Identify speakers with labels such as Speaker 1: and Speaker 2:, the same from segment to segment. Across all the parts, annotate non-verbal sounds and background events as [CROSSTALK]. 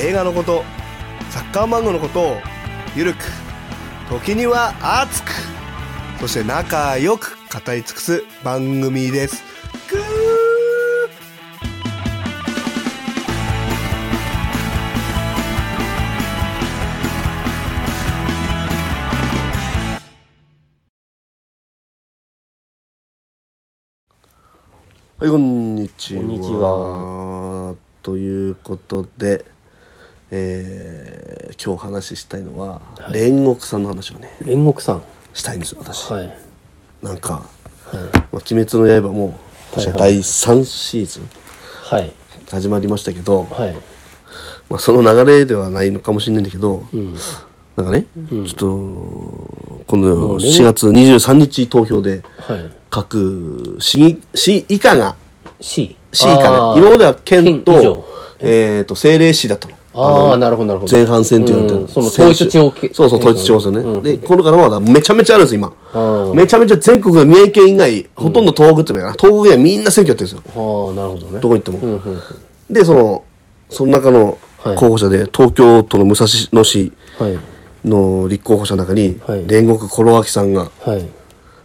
Speaker 1: 映画のことサッカー漫画のことをゆるく時には熱くそして仲良く語り尽くす番組ですぐーはい、こんにちは。
Speaker 2: こんにちは
Speaker 1: ということで、えー今日お話ししたいのは、煉獄さんの話をね
Speaker 2: 煉獄さん
Speaker 1: したいんですよ私、
Speaker 2: はい
Speaker 1: なんか、まあ鬼滅の刃」も
Speaker 2: はいはい
Speaker 1: 第3シーズン
Speaker 2: はい
Speaker 1: 始まりましたけど、
Speaker 2: はい
Speaker 1: まあ、その流れではないのかもしれないんだけど、
Speaker 2: うん
Speaker 1: なんかね、ちょっとこ
Speaker 2: う
Speaker 1: の
Speaker 2: 煉獄
Speaker 1: 4月23日投票で
Speaker 2: はい
Speaker 1: 各市議市以下が
Speaker 2: C
Speaker 1: 市以下
Speaker 2: あ
Speaker 1: が
Speaker 2: ー
Speaker 1: 今までは県
Speaker 2: 県以
Speaker 1: と
Speaker 2: 上,、
Speaker 1: えー、と政令市だったの。
Speaker 2: ああなるほどなるほど
Speaker 1: 前半戦って言われてる、
Speaker 2: うんその統一地方系
Speaker 1: そうそう統一地方ですよね、でこれからまだめちゃめちゃあるんですよ
Speaker 2: う
Speaker 1: 今
Speaker 2: ん
Speaker 1: めちゃめちゃ全国の三重県以外ほとんど東北って言うのかな東北以外みんな選挙やってるんですよ
Speaker 2: ああなるほどね
Speaker 1: どこ行っても、
Speaker 2: うんうんうん
Speaker 1: でそのその中の
Speaker 2: はい
Speaker 1: 候補者で、東京都の武蔵野市
Speaker 2: はい
Speaker 1: の立候補者の中に、
Speaker 2: はい
Speaker 1: 煉獄コロワキさんが
Speaker 2: はい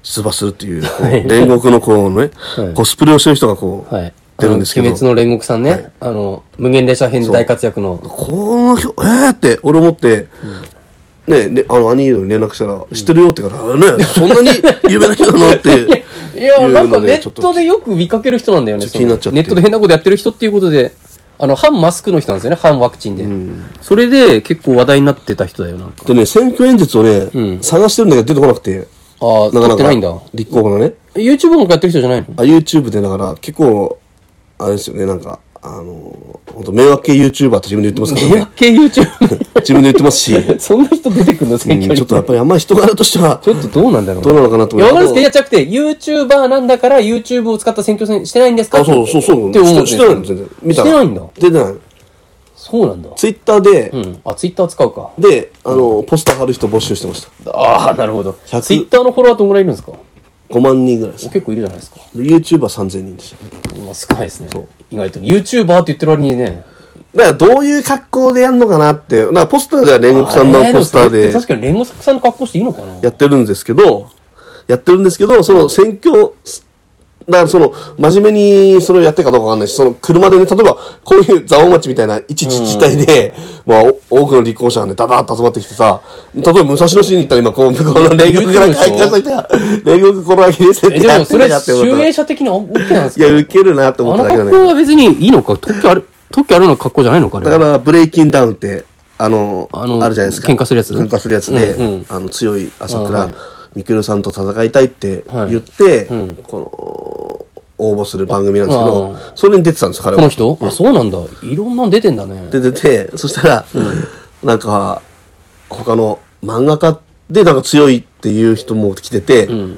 Speaker 1: 出馬するっていう、
Speaker 2: い
Speaker 1: 煉獄のこうね、
Speaker 2: はい
Speaker 1: コスプレをしてる人がこう、
Speaker 2: はい
Speaker 1: 出るんですけど
Speaker 2: あの鬼滅の煉獄さんね、あの無限列車編で大活躍の
Speaker 1: この人、えーって、俺思って、ね、ね、あの、兄のに連絡したら、知ってるよってから、あね、そんなに有名な人なのっていうので。
Speaker 2: [LAUGHS] いやなんかネ
Speaker 1: ちょ
Speaker 2: ッ
Speaker 1: っと
Speaker 2: トでよく見かける人なんだよね
Speaker 1: ちょっと気になっちゃって
Speaker 2: そのネットで変なことやってる人っていうことであの反マスクの人なんですよね反ワクチンで、それで結構話題になってた人だよなんか
Speaker 1: でね、選挙演説をね、
Speaker 2: ん
Speaker 1: 探してるんだけど出てこなくて、
Speaker 2: あ
Speaker 1: なか
Speaker 2: あ撮
Speaker 1: な
Speaker 2: ってな
Speaker 1: か
Speaker 2: いんだ、
Speaker 1: 立候補のね、
Speaker 2: YouTube もやってる人じゃないの
Speaker 1: あ YouTube でだから、結構、あれですよね、なんか、あの、本当迷惑系 YouTuber って自分で言ってますから
Speaker 2: 迷 [LAUGHS]
Speaker 1: ね、
Speaker 2: 惑系 YouTube
Speaker 1: 自分で言ってますし、うん
Speaker 2: [LAUGHS] そんな人出てくるの選挙に、
Speaker 1: ちょっとやっぱりあんまり人柄としては
Speaker 2: ち、ょっとどうなんだろう
Speaker 1: どうなのかなと
Speaker 2: いや、
Speaker 1: 思
Speaker 2: わ
Speaker 1: う
Speaker 2: かるんですけど、
Speaker 1: け
Speaker 2: いや、じゃなくて、YouTuber なんだから、YouTube を使った選挙戦してないんですか
Speaker 1: ど、あ、そうそうそう、
Speaker 2: って思う
Speaker 1: してしてないの、全然。見たら
Speaker 2: してないんだ。
Speaker 1: 出てない。
Speaker 2: そうなんだ。
Speaker 1: Twitter で、
Speaker 2: うん。あ、Twitter 使うか。
Speaker 1: で、あの、ポスター貼る人募集してました。
Speaker 2: ああ、なるほど。
Speaker 1: 100
Speaker 2: Twitter のフォロワーどんぐらいいるんですか
Speaker 1: 5万人ぐらいです。
Speaker 2: 結構いるじゃないですか。
Speaker 1: で YouTuber 3000人でした。
Speaker 2: まあ、少ないですね。意外と。YouTuber って言ってる割にね。
Speaker 1: だからどういう格好でやるのかなって、なんかポスターでは煉獄さんの
Speaker 2: あれ
Speaker 1: ポスター
Speaker 2: もそれって
Speaker 1: で
Speaker 2: 確かに煉獄さんの格好していいのかな
Speaker 1: やってるんですけど、やってるんですけど、その選挙、だからその、真面目にそれをやってるかどうかわかんないし、その車でね、例えば、こういう蔵王町みたいな一自治体で、まあ、お多くの立候補者がね、ダダーッと集まってきてさ、例えば武蔵野市に行ったら今、こう、向こうの煉獄から開花された、煉獄この秋ですね
Speaker 2: え、
Speaker 1: って
Speaker 2: で
Speaker 1: や
Speaker 2: も
Speaker 1: って
Speaker 2: そ
Speaker 1: る
Speaker 2: れ、
Speaker 1: やって思った
Speaker 2: 集
Speaker 1: ら
Speaker 2: 英。社的に OK なんです
Speaker 1: い
Speaker 2: か
Speaker 1: や、
Speaker 2: あ
Speaker 1: ウケるなと思っ
Speaker 2: の
Speaker 1: ただけだ
Speaker 2: 格
Speaker 1: ね。
Speaker 2: 好は別にいいのか特許ある、特許あるの格好じゃないのかあれ
Speaker 1: だ
Speaker 2: は
Speaker 1: から、ブレイキンダウンって、あの、あ
Speaker 2: あの
Speaker 1: るじゃないですか。
Speaker 2: 喧嘩するやつ
Speaker 1: 喧嘩するやつで、
Speaker 2: うんうん
Speaker 1: あの、強い朝
Speaker 2: あ
Speaker 1: 倉
Speaker 2: はい
Speaker 1: みくるさんと戦いたいって
Speaker 2: はい
Speaker 1: 言って、
Speaker 2: うん
Speaker 1: この、応募する番組なんですけど
Speaker 2: あ、
Speaker 1: それに出てたんですよ、彼
Speaker 2: この
Speaker 1: は。
Speaker 2: 人あ、そうなんだ。いろんなの出てんだね。
Speaker 1: で出てて、そしたら、なんか、他の漫画家でなんか強いっていう人も来てて、
Speaker 2: ん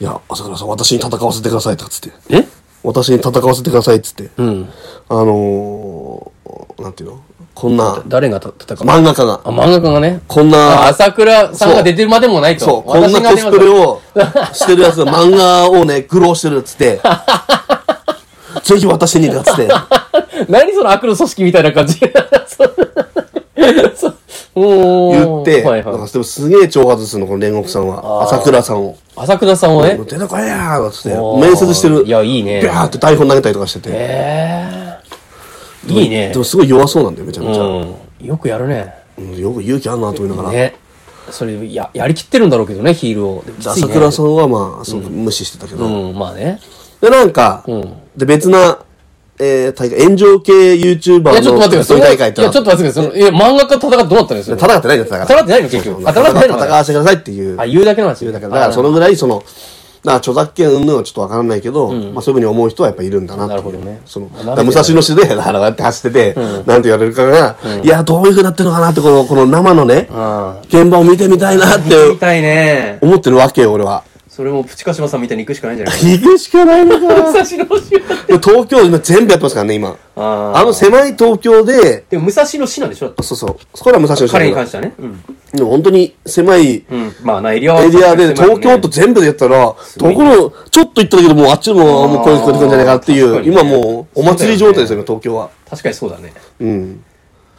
Speaker 1: いや、朝倉さん、私に戦わせてくださいとかっつって。
Speaker 2: え
Speaker 1: 私に戦わせてくださいっつって。
Speaker 2: うん。
Speaker 1: あのー、なんていうのこんな、
Speaker 2: 誰がた戦う
Speaker 1: 漫画家が
Speaker 2: あ、。漫画家がね。
Speaker 1: こん
Speaker 2: あ
Speaker 1: な、
Speaker 2: 朝倉さんが出てるまでもないと。
Speaker 1: そう、こんな
Speaker 2: 私が
Speaker 1: コ
Speaker 2: 出
Speaker 1: ス
Speaker 2: ま
Speaker 1: プ
Speaker 2: す
Speaker 1: レをしてるやつが漫画をね、苦労してるっつ
Speaker 2: [LAUGHS]
Speaker 1: って、ぜひ私にだっつって、
Speaker 2: [LAUGHS] 何その悪の組織みたいな感じ。 [LAUGHS] そうそう
Speaker 1: 言
Speaker 2: お
Speaker 1: っ
Speaker 2: ー
Speaker 1: て、
Speaker 2: はい
Speaker 1: なん
Speaker 2: は
Speaker 1: か
Speaker 2: い。
Speaker 1: でもすげえ挑発するの、この煉獄さんは。朝倉さんを。
Speaker 2: 朝倉さんはね。
Speaker 1: 出てこいやーっつって、
Speaker 2: おー
Speaker 1: 面接してる。
Speaker 2: いやいいね
Speaker 1: ビャーって台本投げたりとかしてて。
Speaker 2: ええいいね
Speaker 1: で。もすごい弱そうなんだよ、めちゃめちゃ。
Speaker 2: うん。よくやるね。
Speaker 1: うんよく勇気あんなと思いながら。
Speaker 2: ね。それ、や、やりきってるんだろうけどね、ヒールを。でもきついね
Speaker 1: 朝倉さんはまあ、すごく無視してたけど。
Speaker 2: うん、まあね。
Speaker 1: で、なんか、
Speaker 2: ん
Speaker 1: で、別な、えー、大会、炎上系
Speaker 2: い
Speaker 1: YouTuber
Speaker 2: や、ちょっと待ってく
Speaker 1: の
Speaker 2: ださい。
Speaker 1: 総大会っての
Speaker 2: いや、
Speaker 1: が
Speaker 2: ちょっと待ってください。そのいや、漫画家と戦ってどうなったんですよ。
Speaker 1: 戦ってないんだよ、戦って
Speaker 2: 戦ってないの結局
Speaker 1: そうそう
Speaker 2: あ戦ってないの
Speaker 1: 戦わせてくださいっていう。
Speaker 2: あ、言うだけなんですよ。
Speaker 1: だから、そのぐらい、その、な著作権云々はちょっとわからないけど、
Speaker 2: ん
Speaker 1: まあそういうふうに思う人はやっぱいるんだなっていう
Speaker 2: なるほどね
Speaker 1: その、
Speaker 2: まあ
Speaker 1: だから武蔵野市で、だ [LAUGHS] からこうやって走ってて、
Speaker 2: うん
Speaker 1: なんて言われるかが、いや、どういうふうになってるのかなって、この、この生のね、
Speaker 2: あ
Speaker 1: 現場を見てみたいなっ
Speaker 2: あ。み
Speaker 1: て
Speaker 2: たいね。
Speaker 1: 思ってるわけよ、俺は。
Speaker 2: それもプチカシマさんみたいに行くしかないんじゃない
Speaker 1: 行くしかないのか。
Speaker 2: 武蔵野市は。
Speaker 1: [LAUGHS] で東京、今全部やってますからね、今。
Speaker 2: あー
Speaker 1: あの狭い東京で、
Speaker 2: でも武蔵野市なんでしょだって
Speaker 1: そうそう、そこらは武蔵野市だ
Speaker 2: 彼
Speaker 1: け
Speaker 2: に
Speaker 1: ど
Speaker 2: 関してはね。うん。
Speaker 1: でも本当に狭いエ
Speaker 2: うん。まあな、エリアは。
Speaker 1: リアで、東京都全部でやったら、どこの、ちょっと行っただけでもうあっちも、もう声聞こえてくるんじゃないかってい
Speaker 2: あー
Speaker 1: う、今もう、お祭り状態で
Speaker 2: そう
Speaker 1: す
Speaker 2: だ
Speaker 1: よ、今東京は。
Speaker 2: 確かにそうだね。
Speaker 1: うん。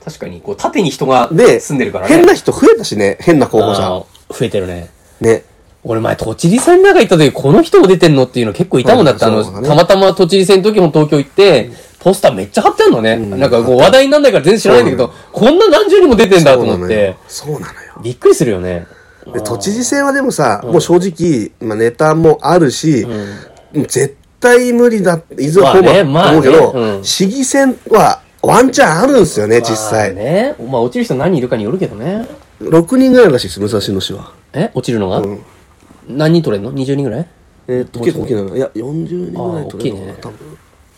Speaker 2: 確かに、こう、縦に人が
Speaker 1: で、
Speaker 2: 住んでるからね。
Speaker 1: 変な人増えたしね、変な候補
Speaker 2: あ
Speaker 1: 者。
Speaker 2: ー増えてるね。
Speaker 1: ね。
Speaker 2: 俺前、都知事選なんか行った時、この人も出てんのっていうの結構いたもんだって、
Speaker 1: う
Speaker 2: あ
Speaker 1: ん
Speaker 2: の、
Speaker 1: そうだね
Speaker 2: たまたま都知事選の時も東京行って、ポスターめっちゃ貼ってあるのね。なんかこう話題になんないから全然知らないんだけど、こんな何十人も出てんだと思って、
Speaker 1: そうなのよ。
Speaker 2: びっくりするよね。
Speaker 1: で都知事選はでもさ、もう正直、まあ、ネタもあるし、もう絶対無理だ伊豆はこうだと
Speaker 2: まあ
Speaker 1: 思
Speaker 2: ね
Speaker 1: うけど、
Speaker 2: まあねうん
Speaker 1: 市議選はワンチャンあるんですよね、実際、
Speaker 2: まあね。まあ落ちる人何人いるかによるけどね。
Speaker 1: 6人ぐらいらしいです武蔵野市は、
Speaker 2: え落ちるのが、
Speaker 1: うん
Speaker 2: 何人取れんの ?20 人ぐらい
Speaker 1: えー、と結構大きいなのいや40人ぐらい取れるのかな、多
Speaker 2: あー
Speaker 1: 分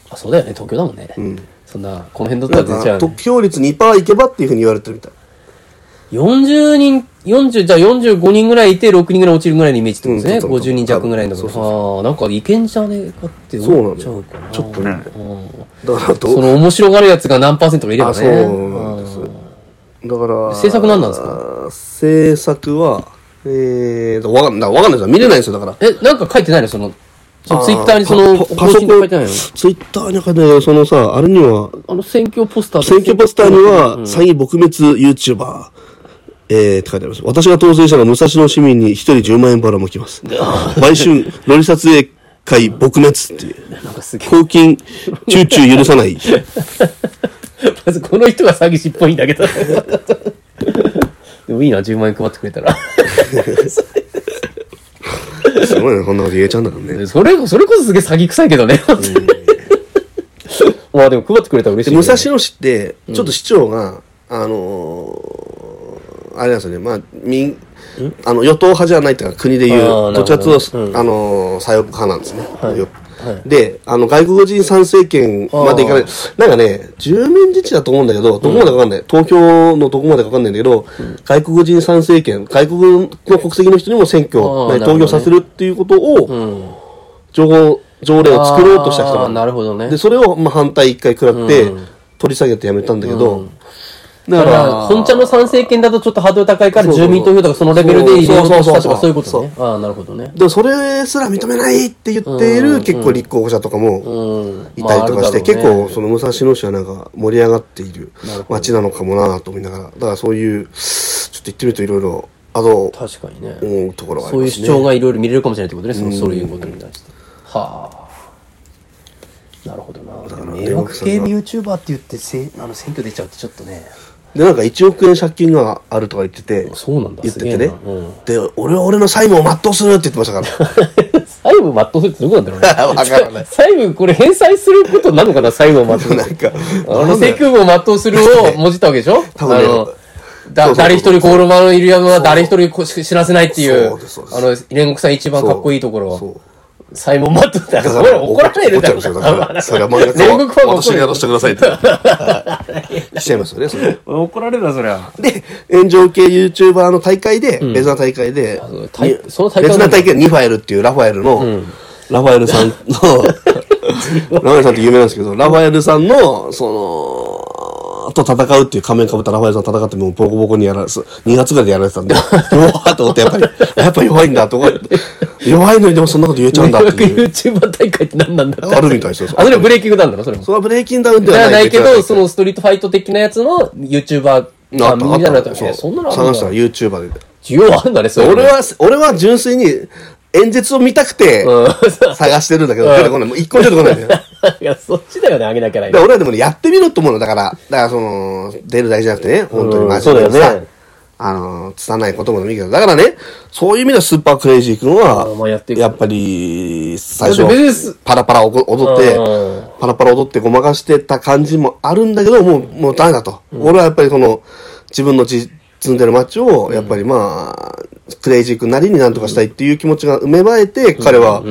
Speaker 2: あ、そうだよね。東京だもんね。
Speaker 1: ん
Speaker 2: そんな、この辺だ
Speaker 1: な
Speaker 2: っ
Speaker 1: ん
Speaker 2: たら出
Speaker 1: か
Speaker 2: ちゃうよね、
Speaker 1: 得票率2%いけばっていうふうに言われてるみたい、
Speaker 2: 40人、40、じゃあ45人ぐらいいて、6人ぐらい落ちるぐらいのイメージってこと
Speaker 1: うん
Speaker 2: です
Speaker 1: そ
Speaker 2: ね。
Speaker 1: うそうそう
Speaker 2: 50人弱ぐらいのとこ
Speaker 1: そう
Speaker 2: ああ、なんかいけんじゃねえかって
Speaker 1: そうな
Speaker 2: 思
Speaker 1: の
Speaker 2: っちゃう
Speaker 1: よ
Speaker 2: かな。
Speaker 1: ちょっとね、
Speaker 2: うん
Speaker 1: だからど
Speaker 2: その面白がるやつが何パーセントかいれば
Speaker 1: あ
Speaker 2: ね。
Speaker 1: そうなんですだから
Speaker 2: 制作何なんですか
Speaker 1: 制作はえーとわかんないわかんないですよ見れないんですよだから
Speaker 2: うんえ、なんか書いてないのその、そのツイッターにそ
Speaker 1: あ
Speaker 2: の、
Speaker 1: パ
Speaker 2: 方
Speaker 1: パソコ
Speaker 2: 針
Speaker 1: ン
Speaker 2: とか書いてないの
Speaker 1: ツイッターに書いてないそのさ、あれには、
Speaker 2: あの選挙ポスターとか
Speaker 1: 選挙ポスターには、詐欺撲滅 YouTuber、えー、って書いてあります。私が当選したら武蔵野市民に一人10万円払いもきます。毎春、乗り撮影会撲滅っていう。
Speaker 2: なんかすげえ。
Speaker 1: 公金、チューチュー許さない。
Speaker 2: まずこの人が詐欺師っぽいんだけど。 [LAUGHS] でもいいな、10万円配ってく
Speaker 1: [LAUGHS]
Speaker 2: れたら。
Speaker 1: すごいね、こんなこと言えちゃうんだからね。
Speaker 2: それ、それこそすげえ詐欺臭いけどね。本当に [LAUGHS] まあでも配ってくれたら嬉
Speaker 1: で
Speaker 2: しい、ね。
Speaker 1: 武蔵野市って、ちょっと市長が、あのーあれなんですよね、まあ、民、あの、与党派じゃないっていうか、国でいう、
Speaker 2: あーな
Speaker 1: ど
Speaker 2: るほど
Speaker 1: ちらかというと、
Speaker 2: うん
Speaker 1: あのー左翼派なんですね。
Speaker 2: い
Speaker 1: よ
Speaker 2: は
Speaker 1: で、あの、外国人参政権までいかない
Speaker 2: あ。
Speaker 1: なんかね、住民自治だと思うんだけど、どこまでかわかんない。東京のどこまでかわかんないんだけど、外国人参政権、外国の国籍の人にも選挙、
Speaker 2: あー
Speaker 1: ね
Speaker 2: なるほど
Speaker 1: 投
Speaker 2: ね
Speaker 1: 票させるっていうこと
Speaker 2: う
Speaker 1: を、
Speaker 2: ん。
Speaker 1: 条項、条例を作ろうとした人
Speaker 2: あ
Speaker 1: な
Speaker 2: ー
Speaker 1: んだ
Speaker 2: なるほどね。
Speaker 1: で、それを、まあ、反対一回食らって、
Speaker 2: うん
Speaker 1: 取り下げてやめたんだけど、
Speaker 2: だ
Speaker 1: だ
Speaker 2: か、
Speaker 1: からら、
Speaker 2: 本茶の参政権だとちょっとハードル高いから、住民投票とかそのレベルで入れようとしたとか、そういうことね。ああ、なるほどね。
Speaker 1: でもそれすら認めないって言っている、結構立候補者とかも
Speaker 2: うん。
Speaker 1: いたりとかして、
Speaker 2: まああるだろうね
Speaker 1: 結構その武蔵野市はなんか盛り上がっている街なのかもなと思いながら、だからそういう、ちょっと行ってみるといろいろ、あの、
Speaker 2: 確かにね。
Speaker 1: 思うところはあり
Speaker 2: そうい
Speaker 1: ま
Speaker 2: う
Speaker 1: す
Speaker 2: 主
Speaker 1: ね。
Speaker 2: 張がいろいろ見れるかもしれないってことね、そのそういうことに対して。はあ。なるほどな。迷惑系 YouTuber って言ってせ、あの、選挙出ちゃうってちょっとね。
Speaker 1: で、なんか1億円借金があるとか言ってて、
Speaker 2: そうなんだ、
Speaker 1: 言っ
Speaker 2: す
Speaker 1: て
Speaker 2: げえ
Speaker 1: て
Speaker 2: な。
Speaker 1: ね、
Speaker 2: うん。 [LAUGHS]
Speaker 1: で、俺は俺の債務を全うするって言ってましたから。
Speaker 2: 債務全うするってどういう [LAUGHS] ことなんだろうね
Speaker 1: わからない
Speaker 2: 債務、これ返済することなのかな債務を全 [LAUGHS] う
Speaker 1: な
Speaker 2: す
Speaker 1: ん
Speaker 2: る。
Speaker 1: か、
Speaker 2: あの、請求分を全うするをもじったわけでしょ
Speaker 1: [LAUGHS] 多分ね
Speaker 2: あの、
Speaker 1: そ
Speaker 2: だ
Speaker 1: うそう
Speaker 2: 誰一人コールマンのいるやは誰一人こし知らせないっていう、
Speaker 1: そうですそうです
Speaker 2: あの、煉獄さん一番かっこいいとこ
Speaker 1: そう
Speaker 2: ろ。債務全うって、だからそれ怒らないで
Speaker 1: 怒っち
Speaker 2: だ
Speaker 1: ゃ
Speaker 2: か
Speaker 1: うん
Speaker 2: ら
Speaker 1: ですよ。だから、そ
Speaker 2: [LAUGHS]
Speaker 1: れは漫画
Speaker 2: 煉獄ファンが
Speaker 1: 私
Speaker 2: 怒
Speaker 1: に
Speaker 2: る
Speaker 1: やらせてくださいって。
Speaker 2: [LAUGHS]
Speaker 1: はいしちゃいますよね、それ。
Speaker 2: 怒られるな、そりゃ。
Speaker 1: で、炎上系 YouTuber の大会で、別な大会で
Speaker 2: そう、大
Speaker 1: に
Speaker 2: その大会
Speaker 1: 別な大会でニファエルっていうラファエルの、ラファエルさ
Speaker 2: [LAUGHS]
Speaker 1: んの、ラファエルさんって有名なんですけど、ラファエルさんの、その、と戦うっていう仮面かぶったラファエルさんと戦ってもうボコボコにやられす、2月ぐらいでやられて
Speaker 2: [LAUGHS]
Speaker 1: たんで、弱ーと思って、やっぱり、やっぱ弱いんだと思って、弱いのにでもそんなこと言えちゃうん
Speaker 2: 煉
Speaker 1: だっ
Speaker 2: 獄
Speaker 1: ていう。
Speaker 2: YouTuber 大会って何なんだって
Speaker 1: あるみたいですよ
Speaker 2: あ、それはブレーキングなんだろ、それも。
Speaker 1: それはブレイキンダウンで
Speaker 2: じ
Speaker 1: は
Speaker 2: ゃ
Speaker 1: ない
Speaker 2: ないけ
Speaker 1: 別
Speaker 2: ど、
Speaker 1: な
Speaker 2: そのストリートファイト的なやつの YouTuber
Speaker 1: あった、あ
Speaker 2: みたいな
Speaker 1: っ
Speaker 2: の
Speaker 1: た。
Speaker 2: とか、そんなのある
Speaker 1: 探
Speaker 2: ん
Speaker 1: した
Speaker 2: だ
Speaker 1: ら。YouTuber で。
Speaker 2: 需要あるんだね、それ。
Speaker 1: 俺、は、俺は純粋に演説を見たくて、
Speaker 2: うん
Speaker 1: 探してるんだけど、
Speaker 2: うん
Speaker 1: 出てこない。もう一個も出てこないんだよ。
Speaker 2: [LAUGHS] いや、そっちだよね、あげなきゃない
Speaker 1: で。俺はでもね、やってみると思うの。だから、だからその、出る大事じゃなくてね、本当に
Speaker 2: うん
Speaker 1: 真面目に
Speaker 2: そうだ
Speaker 1: さ、
Speaker 2: よね
Speaker 1: あの、つたないこともでもいいけど、だからね、そういう意味ではスーパークレイジー君は
Speaker 2: あ、まあやっていく
Speaker 1: やっぱり、最
Speaker 2: だって別に
Speaker 1: 初
Speaker 2: す、
Speaker 1: パラパラおこ踊って
Speaker 2: うん、
Speaker 1: パラパラ踊ってごまかしてた感じもあるんだけど、もう、もうダメだと。俺はやっぱりその、自分のじ住んでる町を、やっぱりまあ、クレイジー君なりになんとかしたいっていう気持ちが芽生えて、彼は、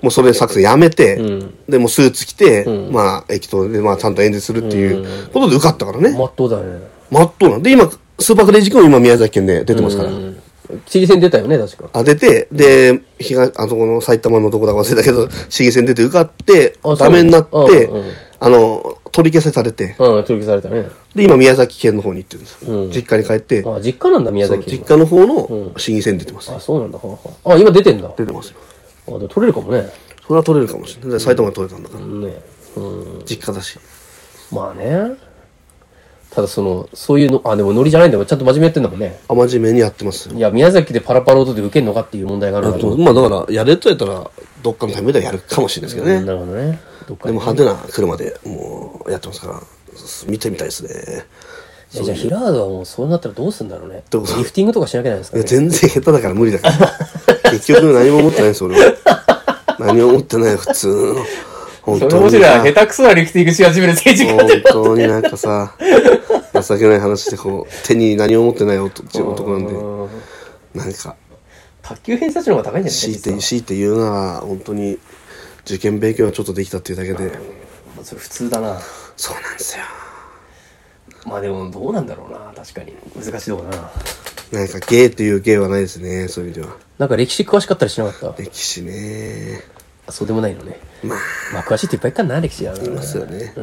Speaker 1: もうそれ作戦やめて、
Speaker 2: ん
Speaker 1: で、もうスーツ着て、まあ、駅頭で、まあ、ちゃんと演説するっていうことで受かったからね。
Speaker 2: まっとうだね。
Speaker 1: まっとうなんで、今、スーパークレイジー君も今宮崎県で出てますから。
Speaker 2: 知事選出たよね、確か。
Speaker 1: あ、出て、で、東、あそこの埼玉のどこだか忘れたけど、市議選出て受かって
Speaker 2: あそう、
Speaker 1: ダメになって、
Speaker 2: うんうん
Speaker 1: あの、取り消せされて、
Speaker 2: うん、取り消されたね。
Speaker 1: で、今宮崎県の方に行ってるんです。
Speaker 2: うん
Speaker 1: 実家に帰って、
Speaker 2: あ、実家なんだ、宮
Speaker 1: その
Speaker 2: 崎
Speaker 1: 実家
Speaker 2: 県
Speaker 1: の方の市議選出てます。
Speaker 2: は。あ、そうなんだ。はあはああ、今出てんだ。あ、
Speaker 1: 出てますよ。
Speaker 2: で取れるかもね。
Speaker 1: それは取れるかもしれない。埼玉で取れたんだから。
Speaker 2: ね。うん。
Speaker 1: 実家だし。
Speaker 2: まあね。ただその、そういうの、あ、でもノリじゃないんだもん。ちゃんと真面目やってんだもんね。
Speaker 1: あ、真面目にやってますよ
Speaker 2: いや、宮崎でパラパラ音で受けんのかっていう問題がある
Speaker 1: あ
Speaker 2: から。
Speaker 1: と、まあだから、やれとやったら、どっかのタイミングではやるかもしれないですけどね。
Speaker 2: なるほどね。どっか
Speaker 1: で
Speaker 2: に
Speaker 1: も派手な車でもうやってますから、見てみたいですね。
Speaker 2: いやじゃあ、ヒラードはもうそうなったらどうすんだろうね。
Speaker 1: どうする
Speaker 2: リフティングとかしなきゃいけないですか
Speaker 1: い
Speaker 2: ね
Speaker 1: や、。全然下手だから無理だ
Speaker 2: [LAUGHS]
Speaker 1: から。結局何も持ってないです、俺は。何も持ってない、普通の。本
Speaker 2: そ
Speaker 1: 当
Speaker 2: れ
Speaker 1: に。
Speaker 2: 面白いな。下手くそなリフティングし始める政治家で。
Speaker 1: 本当になんかさ、情けない話でこう、手に何も持ってない男男なんで、なんか、
Speaker 2: 卓球偏差値の方が高いんじゃない
Speaker 1: 強い
Speaker 2: 実
Speaker 1: て、
Speaker 2: は
Speaker 1: 強いて言うなら、本当に、受験勉強はちょっとできたっていうだけで、
Speaker 2: まあそれ普通だな。
Speaker 1: そうなんですよ。
Speaker 2: まあでも、どうなんだろうな。確かに。難しいとこだな。
Speaker 1: なんか、芸という芸はないですね、そういう意味では。
Speaker 2: なんか歴史詳しかったりしなかった
Speaker 1: 歴史ね。
Speaker 2: あそうでもないのね。
Speaker 1: まあ、
Speaker 2: まあ、詳しいっていっぱいいっかんな、歴史だな。
Speaker 1: いますよね。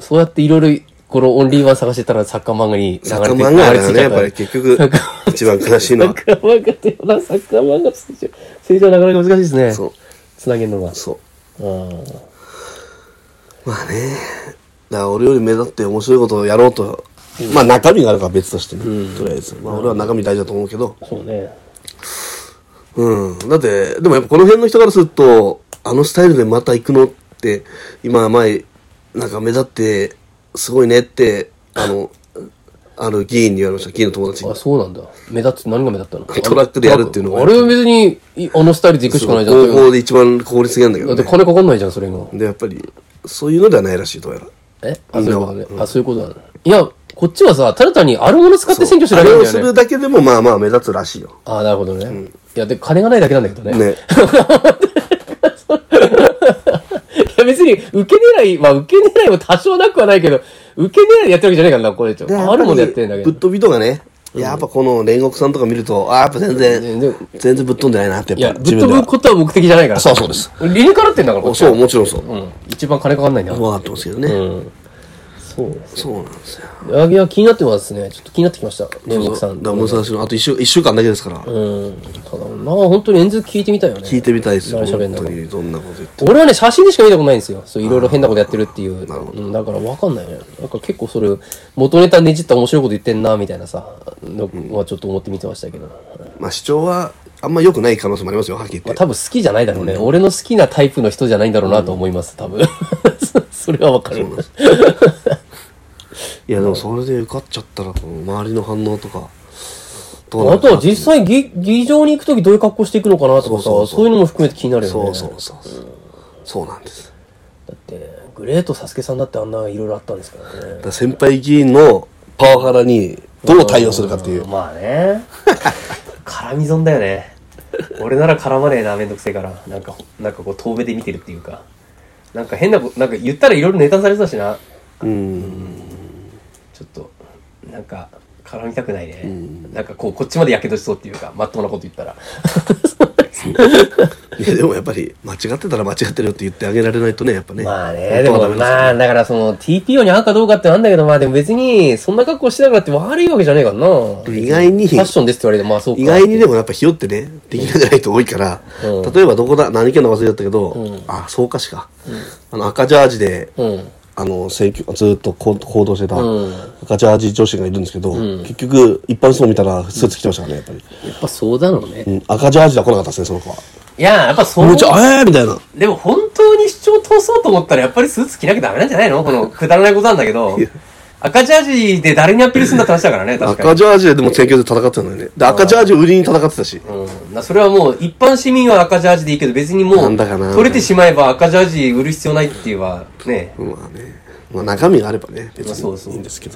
Speaker 2: そうやっていろいろ、このオンリーワン探してたらサッカー漫画に流れて
Speaker 1: サッカー漫画だよね、やっぱり結局
Speaker 2: サッカー、
Speaker 1: 一番悲しい
Speaker 2: サ
Speaker 1: の
Speaker 2: ッ
Speaker 1: は。
Speaker 2: カー漫画ってな、サッカー漫画成長、成長なかなか難しいですね。
Speaker 1: そう。
Speaker 2: つなげるのが。
Speaker 1: そう。
Speaker 2: うん。
Speaker 1: まあね。だから俺より目立って面白いことをやろうと。まあ中身があるから別としてね。とりあえず。まあ俺は中身大事だと思うけど。
Speaker 2: そうね。
Speaker 1: うん。だって、でもやっぱこの辺の人からすると、あのスタイルでまた行くのって、今前、なんか目立って、すごいねって、あの、ある議員に言われました。議員の友達に
Speaker 2: あ、。そうなんだ。目立つ、何が目立ったの
Speaker 1: トラックでやるっていうのが
Speaker 2: あれは別に、いあのスタイルで行くしかないじゃ
Speaker 1: 高
Speaker 2: ん。だ
Speaker 1: 校で一番効率的なんだけど
Speaker 2: って
Speaker 1: ね。
Speaker 2: 金かかんないじゃん、それが。
Speaker 1: で、やっぱり、そういうのではないらしい、どうやら。
Speaker 2: えあ、そういうことね。あ、そういうことだね。いや、こっちはさ、ただ単にあるもの使って選挙し
Speaker 1: あ
Speaker 2: なき
Speaker 1: れ
Speaker 2: ゃ
Speaker 1: を
Speaker 2: いけないん
Speaker 1: す
Speaker 2: だよ
Speaker 1: る
Speaker 2: ね。
Speaker 1: だけでもまあまあ目立つらしいよ。
Speaker 2: あなるほどね。いや、で、金 [LAUGHS] がないだけなんだけどね。
Speaker 1: ね。
Speaker 2: いや別に、受け狙い、まあ受け狙いも多少なくはないけど、受け狙いでやってるわけじゃないからな、これちょっ
Speaker 1: で
Speaker 2: と。あるもんでやってんだ
Speaker 1: や
Speaker 2: け
Speaker 1: っぱりぶ
Speaker 2: ど
Speaker 1: っ。飛びとかね、やっぱこの煉獄さんとか見ると、あーやっぱ全
Speaker 2: 全
Speaker 1: 然
Speaker 2: 然、
Speaker 1: 全然ぶっ飛んでないなって、
Speaker 2: い
Speaker 1: や
Speaker 2: や、
Speaker 1: っぱ
Speaker 2: ぶっ
Speaker 1: 自分
Speaker 2: 飛
Speaker 1: で
Speaker 2: ぶ
Speaker 1: は。
Speaker 2: ことは目的じゃないから。
Speaker 1: そうそうです。
Speaker 2: 理にかなってんだから、こっち
Speaker 1: そ
Speaker 2: は
Speaker 1: う、もちろんそう。分
Speaker 2: うん。一番金かかんないんだから。
Speaker 1: かってますけどね。
Speaker 2: うん。そうです。
Speaker 1: そうなんですよ。
Speaker 2: いや、いや気になってますね。ちょっと気になってきました。煉獄さん。
Speaker 1: だから武蔵野、あと一週一週間だけですから、
Speaker 2: うん。ただ、まあ本当に演説聞いてみたいよね。
Speaker 1: 聞いてみたいですよ。
Speaker 2: 何喋ん
Speaker 1: 本
Speaker 2: だ
Speaker 1: 当
Speaker 2: ろう
Speaker 1: に、どんなこと言って。
Speaker 2: 俺はね、写真でしか見たことないんですよ。そう、いろいろ変なことやってるっていう。うんだから分かんないね。なんか結構それ、元ネタねじった面白いこと言ってんな、みたいなさ、のはちょっと思って見てましたけど。
Speaker 1: まあ、主張は、あんま良くない可能性もありますよ、はっきり
Speaker 2: ま
Speaker 1: 言
Speaker 2: あ
Speaker 1: って。
Speaker 2: 多分好きじゃないだろうね。俺の好きなタイプの人じゃないんだろうなと思います、多分。そ [LAUGHS] それは分かる。
Speaker 1: いや、でもそれで受かっちゃったら、この周りの反応とか、ど
Speaker 2: あ
Speaker 1: のか
Speaker 2: とは実際議、議場に行くときどういう格好していくのかなとかさ、
Speaker 1: そうそうそう
Speaker 2: そういうのも含めて気になるよね。
Speaker 1: そうそうそうそう。そうなんです。
Speaker 2: だって、グレートサスケさんだってあんないろいろあったんですからね
Speaker 1: だ。から先輩議員のパワハラに、どう対応するかっていう。
Speaker 2: まあね [LAUGHS] 絡み損だよね俺なら絡まねえなめんどくせえからなんかなんかこう遠目で見てるっていうかなんか変なことなんか言ったらいろいろネタされてたしな
Speaker 1: うん。
Speaker 2: ちょっとなんか絡みたくないね、なんかこうこっちまでやけどしそうっていうかまっとうなこと言った [LAUGHS] ら
Speaker 1: いやでもやっぱり間違ってたら間違ってるよって言ってあげられないとねやっぱね
Speaker 2: まあねで
Speaker 1: 本当
Speaker 2: も
Speaker 1: はダメすよ
Speaker 2: まあだからその TPO に合うかどうかってなんだけどまあでも別にそんな格好しながらって悪いわけじゃねえからな
Speaker 1: 意外に
Speaker 2: ファッションですって言われてまあそうか
Speaker 1: 意外にでもやっぱひよってねできなくない人多いから、
Speaker 2: うん
Speaker 1: 例えばどこだ何県の忘れだったけど、あそうかしか、あの赤ジャージで、
Speaker 2: うん
Speaker 1: あの選挙ずっとこう行動してた、
Speaker 2: うん
Speaker 1: 赤ジャージ女子がいるんですけど、結局一般層見たらスーツ着てましたからねやっぱり、
Speaker 2: やっぱそうだろうね、
Speaker 1: うん、赤ジャージでは来なかったですねその子は。
Speaker 2: いややっぱそう
Speaker 1: もうちょえーみたいな。
Speaker 2: でも本当に主張通そうと思ったらやっぱりスーツ着なきゃダメなんじゃないのこのくだらないことなんだけ
Speaker 1: [LAUGHS]
Speaker 2: ど。赤ジャージで誰にアピールするんだって話だからね、確か
Speaker 1: 赤
Speaker 2: に。
Speaker 1: ジャージででも選挙で戦ってたのよね。で、赤ジャージを売りに戦ってたし。
Speaker 2: うん、なそれはもう一般市民は赤ジャージでいいけど別にも
Speaker 1: な
Speaker 2: うん
Speaker 1: だかな
Speaker 2: 取れてしまえば赤ジャージ売る必要ないっていうはね
Speaker 1: まあね。まあ中身があればね、別
Speaker 2: まあそうそ
Speaker 1: に
Speaker 2: う
Speaker 1: いいんですけど。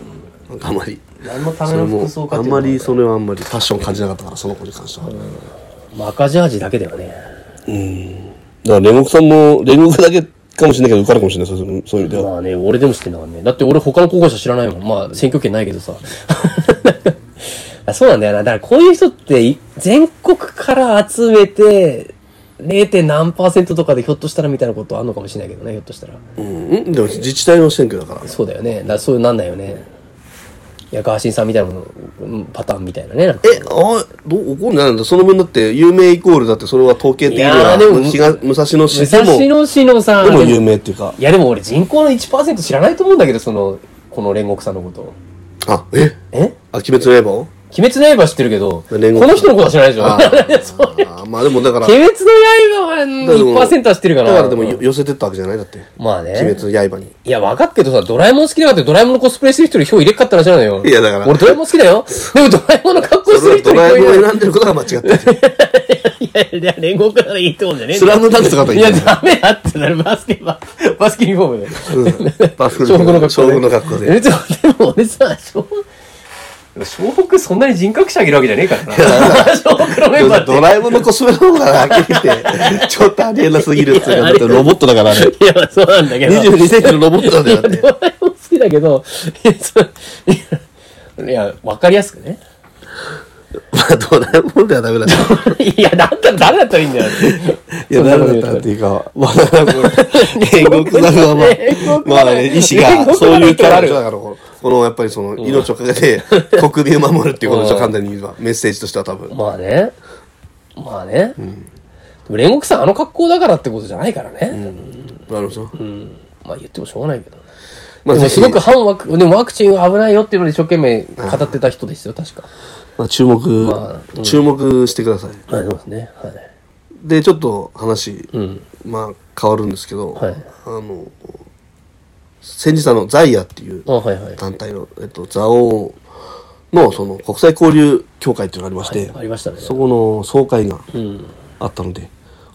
Speaker 1: なんかあまり
Speaker 2: 何のため
Speaker 1: それ
Speaker 2: の
Speaker 1: も
Speaker 2: 服装か
Speaker 1: あ
Speaker 2: っ
Speaker 1: ん
Speaker 2: ていうの
Speaker 1: ま
Speaker 2: もなん
Speaker 1: り
Speaker 2: か
Speaker 1: それはあんまりファッション感じなかったからその子に関しては
Speaker 2: まあ赤ジャージだけだよね。
Speaker 1: だから煉獄さんも煉獄だけかもしれないけど受かるかもしれないそうそういう意味では
Speaker 2: まあね、俺でも知ってんだからね。だって俺他の候補者知らないもん。まあ選挙権ないけどさ。 [LAUGHS] あそうなんだよな。だからこういう人ってい全国から集めて 0. 何パーセントとかでひょっとしたらみたいなことあんのかもしれないけどね、ひょっとしたら。
Speaker 1: うんうんでも自治体の選挙だから
Speaker 2: そうだよね。だからそういうのなんないよね。薬川新さんみたいなのうんパターンみたいなね。なんか
Speaker 1: えあどう怒んないんだその分だって有名イコールだってそれは統計的にはい
Speaker 2: やーでも
Speaker 1: む東武蔵野
Speaker 2: 武
Speaker 1: 市で
Speaker 2: 蔵
Speaker 1: も
Speaker 2: 野市のさ、
Speaker 1: でも
Speaker 2: でも
Speaker 1: 有名っていうか
Speaker 2: いやでも俺人口の1%知らないと思うんだけど、その、この煉獄さんのこと。
Speaker 1: あえ
Speaker 2: え
Speaker 1: あ鬼滅 [LAUGHS] の刃
Speaker 2: 鬼滅の刃知ってるけど、こ
Speaker 1: 煉獄
Speaker 2: の人のことは知らないでしょ
Speaker 1: あ
Speaker 2: そう
Speaker 1: あーまあでも [LAUGHS] だから
Speaker 2: 鬼
Speaker 1: だ
Speaker 2: 滅の刃は1%は知ってるか。
Speaker 1: かららでもよ寄せてったわけじゃないだって
Speaker 2: まあね。
Speaker 1: 鬼滅の刃に
Speaker 2: いや、分かっけどさ、ドラえもん好きだからってドラえもんのコスプレしてる人に票入れっかったらじゃないのよ。
Speaker 1: いやだから
Speaker 2: 俺ドラえもん好き
Speaker 1: [LAUGHS]
Speaker 2: だよ。でもドラえもんの格好し
Speaker 1: それ
Speaker 2: てる
Speaker 1: は
Speaker 2: 人
Speaker 1: ド
Speaker 2: に
Speaker 1: ラ
Speaker 2: 票
Speaker 1: えもん
Speaker 2: 入
Speaker 1: を
Speaker 2: れ
Speaker 1: 選んでることが間違ってる
Speaker 2: いやいや、煉獄からいいってことじゃねえん
Speaker 1: ス
Speaker 2: だよ
Speaker 1: ラムダンクとかと
Speaker 2: い
Speaker 1: 言
Speaker 2: や、
Speaker 1: う
Speaker 2: ダメだってなる。バスケ、ババスケユニフォームで。
Speaker 1: バスケ
Speaker 2: 小北の格好で。
Speaker 1: 小北の格好で
Speaker 2: え。でもでも俺さ、小小北そんなに人格者あげるわけじゃねえからな。小北のメンバーって。
Speaker 1: ドラえもんのコスプレの方が明け
Speaker 2: [LAUGHS]
Speaker 1: て、ちょっとありえなすぎるっていうか、だってロボットだからあれ。
Speaker 2: いや、そうなんだけど。
Speaker 1: 22世紀のロボットなんだよだって。
Speaker 2: ドラえもん好きだけど、 [LAUGHS] いやそう、いや、わかりやすくね。 [LAUGHS]
Speaker 1: まあ、ドラえもんではダメだ。い
Speaker 2: いや、だったら誰だったらいいんだよ。
Speaker 1: や、ダメだったっていうか、まあ、 [LAUGHS] 煉獄さんはまあ、まあ、ね、医師が、そういうキャラクターだから、この、このやっぱりその、命をかけて、国民を守るっていうことでしょ、簡単に言えば。メッセージとしては多分。
Speaker 2: まあね。まあね。でも煉獄さん、あの格好だからってことじゃないからね。
Speaker 1: なるほど。
Speaker 2: まあ言ってもしょうがないけど。
Speaker 1: まあ、
Speaker 2: で
Speaker 1: ぜ
Speaker 2: も
Speaker 1: ひ
Speaker 2: す、ごく反ワク、でもワクチンは危ないよっていうので一生懸命語ってた人ですよ、確か。
Speaker 1: まあ、注目、注目してください。
Speaker 2: はい、そうですね。はい。
Speaker 1: で、ちょっと話、
Speaker 2: うん。
Speaker 1: まあ、変わるんですけど、
Speaker 2: はい
Speaker 1: あの、先日あの、ザイアっていう
Speaker 2: あ、はいはい。
Speaker 1: 団体の、えっと、蔵王の、その、国際交流協会っていうのがありまして、
Speaker 2: ありましたね。
Speaker 1: そこの総会が
Speaker 2: うん。
Speaker 1: あったので、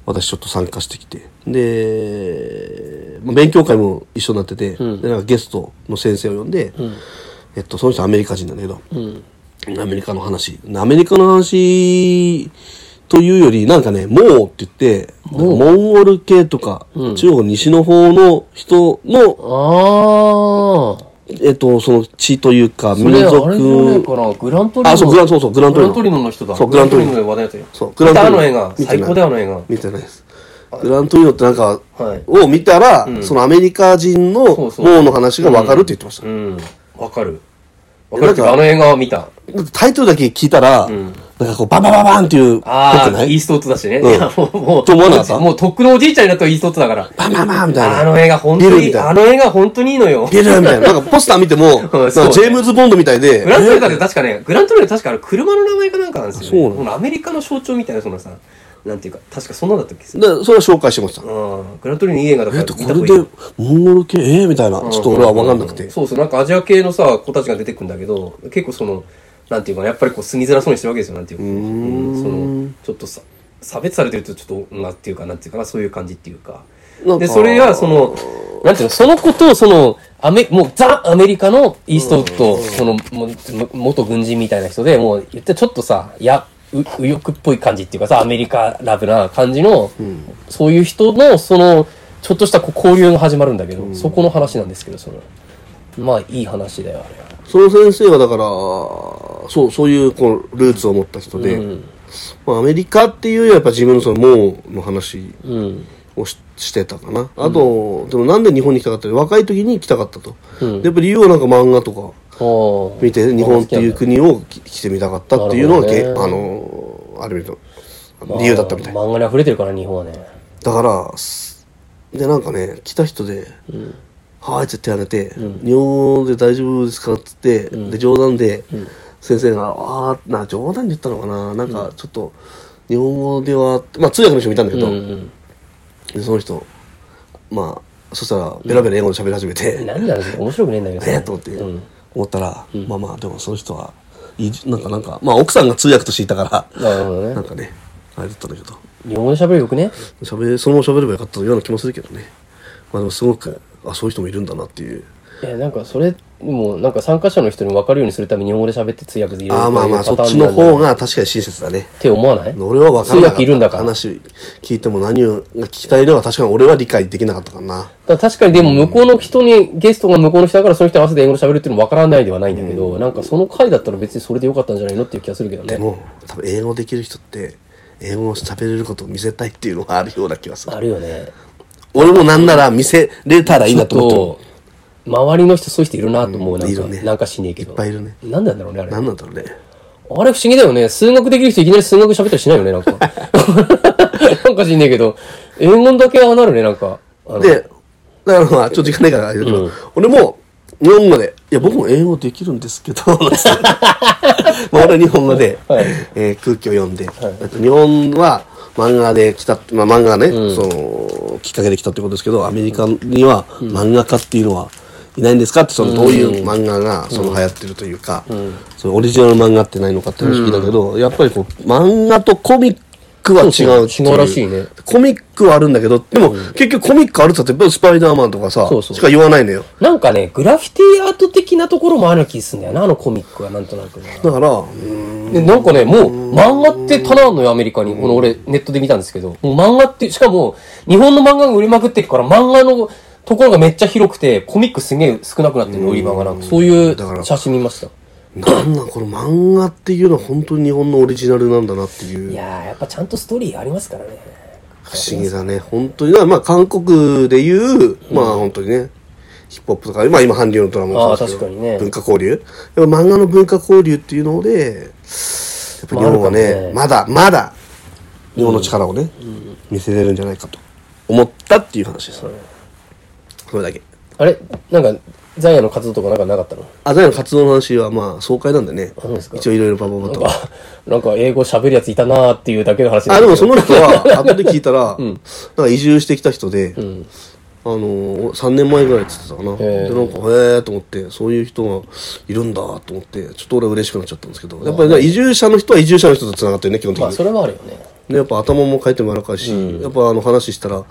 Speaker 1: 私ちょっと参加してきて、で、まあ、勉強会も一緒になってて、
Speaker 2: ん
Speaker 1: でなんかゲストの先生を呼んで、
Speaker 2: うん。
Speaker 1: えっと、その人アメリカ人なんだけど、
Speaker 2: うん。
Speaker 1: アメリカの話。アメリカの話というより、なんかね、もうって言って、モンゴル系とか、中国西の方の人の、
Speaker 2: ああ。
Speaker 1: えっと、その血というか、
Speaker 2: そ
Speaker 1: 民
Speaker 2: れ、あれじゃない
Speaker 1: 族、
Speaker 2: かな。グラントリノ。
Speaker 1: あ、そう、グラン、そうそう、グラント
Speaker 2: グ
Speaker 1: リ
Speaker 2: ラ
Speaker 1: ノ
Speaker 2: ントリノの人だ。
Speaker 1: そうグラントリノ
Speaker 2: グで話題だったよ。
Speaker 1: そうグラント
Speaker 2: 見
Speaker 1: リ
Speaker 2: た
Speaker 1: ノ
Speaker 2: あの映画。
Speaker 1: 見てない
Speaker 2: 最高だよ、あの映画。
Speaker 1: 見てないです。グラントリノってなんか、
Speaker 2: はい
Speaker 1: を見たら、そのアメリカ人の
Speaker 2: そうそう
Speaker 1: 脳の話がわかるって言ってました。
Speaker 2: うん。わかる。わかるけど、
Speaker 1: なんか
Speaker 2: あの映画を見た。
Speaker 1: だってタイトルだけ聞いたら、なんかこう、バンバンバンバンっていう、
Speaker 2: あ
Speaker 1: ぽくな
Speaker 2: あ、イー
Speaker 1: い
Speaker 2: ストウッドだしね。
Speaker 1: うん
Speaker 2: いや、もう、もう、
Speaker 1: と思わなかった
Speaker 2: もう、とっくのおじいちゃんになったイーストウッドだから。
Speaker 1: バンバンバンみたいな。
Speaker 2: あの映画、本当
Speaker 1: ビルみ
Speaker 2: に、
Speaker 1: たいな
Speaker 2: あの映画、本当にいいのよ。
Speaker 1: 出るみたいな。なんかポスター見ても、なんかジ
Speaker 2: [LAUGHS] そうね
Speaker 1: ェームズ・ボンドみたいで
Speaker 2: グ、ラントリノって確かね、グラントリノ確かあの車の名前かなんかなんですよ、ね。
Speaker 1: そうなの
Speaker 2: このアメリカの象徴みたいな、そのさ、なんていうか、確かそんなんだったっけ
Speaker 1: で、それを紹介してました。
Speaker 2: うん。グラントリノいい映画だから
Speaker 1: えっ
Speaker 2: 見
Speaker 1: と、
Speaker 2: た
Speaker 1: こ
Speaker 2: 方がいいよ。
Speaker 1: れで、モンゴル系えーみたいな。ちょっと俺は分かんなくて。
Speaker 2: そうそう、なんかアジア系のさ、子たちが出てくんだけど、結構その、なんていうかな、やっぱりこう住みづらそうにしてるわけですよ、なんていうか。うんその、ちょっとさ、差別されてるとちょっと、なんていうか、なんていうかな、そういう感じっていうか。
Speaker 1: なんか
Speaker 2: で、それが、その、なんていうの、そのことを、その、アメ、もう、ザ・アメリカのイーストウッド、その、もも元軍人みたいな人で、もう、言ってちょっとさ、や、う右翼っぽい感じっていうかさ、アメリカラブな感じの、そういう人の、その、ちょっとしたこう交流が始まるんだけど、そこの話なんですけど、その、まあ、いい話だよ、あれは。
Speaker 1: その先生はだから、そう、そういうこうルーツを持った人で、まあ、アメリカっていうよりはやっぱ自分のその脳の話
Speaker 2: うん。
Speaker 1: をししてたかな。あと、でもなんで日本に来たかった若い時に来たかったと。でやっぱ理由はなんか漫画とか
Speaker 2: おー
Speaker 1: 見て、日本っていう国をき来てみたかったっていうのが、け
Speaker 2: なる
Speaker 1: あの、ある意味の理由だったみたい。
Speaker 2: 漫画に溢れてるから、日本はね。
Speaker 1: だからすでなんかね来た人で「はーい」って手挙げて「日本で大丈夫ですか?」っつって、で冗談で先生が「ああな冗談で言ったのかななんかちょっと日本語では」まあ通訳の人もいたんだけ
Speaker 2: う
Speaker 1: ど、
Speaker 2: ん
Speaker 1: でその人まあそしたらベラベラ英語で喋り始めて、
Speaker 2: うん。何なんですか面白くねえんだけどさ
Speaker 1: えっと思って
Speaker 2: うん
Speaker 1: 思ったら、まあまあでもその人はいいなんかなんかまあ奥さんが通訳としていたか
Speaker 2: なるほど
Speaker 1: ら
Speaker 2: ね
Speaker 1: なん。かねあれだったんだけど。
Speaker 2: 日本語で喋るよくね。
Speaker 1: 喋れそのまま喋ればよかったような気もするけどねまあでもすごくあそういう人もいるんだなっていう
Speaker 2: え、なんかそれ、もうなんか参加者の人に分かるようにするために日本語で喋って通訳でいろい
Speaker 1: ああ、
Speaker 2: ろ
Speaker 1: まあ
Speaker 2: と
Speaker 1: ま
Speaker 2: いう
Speaker 1: あ、そ
Speaker 2: パ
Speaker 1: っ
Speaker 2: ター
Speaker 1: ち
Speaker 2: ンな
Speaker 1: の
Speaker 2: んじゃない
Speaker 1: 方が確かに親切だね。
Speaker 2: って思わない
Speaker 1: 俺は分からな
Speaker 2: 通
Speaker 1: かった。
Speaker 2: 訳いるんだから。だか
Speaker 1: 話聞いても何を聞きたいのは確かに俺は理解できなかったからな。
Speaker 2: ら確かにでも向こうの人に、ゲストが向こうの人だからその人に合わせて英語で喋るっていうのも分からないではないんだけど、なんかその回だったら別にそれでよかったんじゃないのっていう気がするけどね。
Speaker 1: もう、多分英語できる人って、英語を喋れることを見せたいっていうのがあるような気がする。
Speaker 2: あるよね。
Speaker 1: 俺もなんなら見せれたらいい
Speaker 2: ちょ
Speaker 1: な
Speaker 2: っ
Speaker 1: と思って
Speaker 2: と、周りの人そういう人いるなと思う。なん
Speaker 1: い
Speaker 2: か、
Speaker 1: るね
Speaker 2: なんかしねえけど。
Speaker 1: いっぱいいるね
Speaker 2: なんでなんだろうね、あれ。
Speaker 1: る。何なんだろうね。
Speaker 2: あれ不思議だよね。数学できる人いきなり数学喋ったりしないよね、なんか。 [LAUGHS] なんか知んねえけど、英語だけはなるね、なんか。あの
Speaker 1: で、だからまあ、ちょっと時間ないからあれだけど、俺も、日本語で、いや、僕も英語できるんですけど、 [LAUGHS] まあ俺は日本語で、
Speaker 2: はい
Speaker 1: えー空気を読んで、あと日本は漫画で来た、まあ漫画がね、その、きっかけで来たってことですけど、アメリカには漫画家っていうのはいないんですかって、その、どういう漫画が、その、流行ってるというか、その、オリジナル漫画ってないのかって話聞いたけど、やっぱりこう、漫画とコミックは違うってい
Speaker 2: そうそう違うらしいね
Speaker 1: コミックはあるんだけど、でも、結局コミックあるって言ったって、スパイダーマンとかさ、
Speaker 2: そうそう
Speaker 1: しか言わないのよ。
Speaker 2: なんかね、グラフィティアート的なところもある気すんだよな、あのコミックは、なんとなくね。
Speaker 1: だから、うーん
Speaker 2: で、なんかね、もう、漫画って棚あるのよ、アメリカに。この俺、ネットで見たんですけど。もう漫画って、しかも、日本の漫画が売れまくってるから、漫画のところがめっちゃ広くて、コミックすげえ少なくなってるの、売り場がなんか。そうい
Speaker 1: だから
Speaker 2: う写真見ました。
Speaker 1: なんだ、この漫画っていうのは本当に日本のオリジナルなんだなっていう
Speaker 2: い。やー、やっぱちゃんとストーリーありますからね。
Speaker 1: 不思議だね。本当に。だからまあ、韓国でいう、まあ本当にね、ヒップホップとか、まあ今、韓流のドラマもそうですけど
Speaker 2: ああ確かにね
Speaker 1: 文化交流。やっぱ漫画の文化交流っていうので、やっぱ日本は
Speaker 2: まああるかも
Speaker 1: ね
Speaker 2: ね、
Speaker 1: まだ、まだ、日本の力をね、見せれるんじゃないかと思ったっていう話です。それだけ。
Speaker 2: あれなんか、ザイヤの活動とかなんかなかったの
Speaker 1: あざやの活動の話はまあ、爽快なんでね
Speaker 2: そうです。か [LAUGHS]
Speaker 1: 一応いろいろパパパと。
Speaker 2: あなんか英語喋るやついたなーっていうだけの話
Speaker 1: あ、でもそ
Speaker 2: の、
Speaker 1: の人は、後で聞いたら、なんか移住してきた人で、あのー、3年前ぐらいって言ってたかな。
Speaker 2: へ
Speaker 1: で、
Speaker 2: ー
Speaker 1: なんか、へえーと思って、そういう人がいるんだと思って、ちょっと俺は嬉しくなっちゃったんですけど、やっぱりね移住者の人は移住者の人と繋がってるね、基本的
Speaker 2: まあ
Speaker 1: に。
Speaker 2: それはあるよね。
Speaker 1: で、やっぱ頭も回転も柔らかいし、やっぱあの話したら、あ、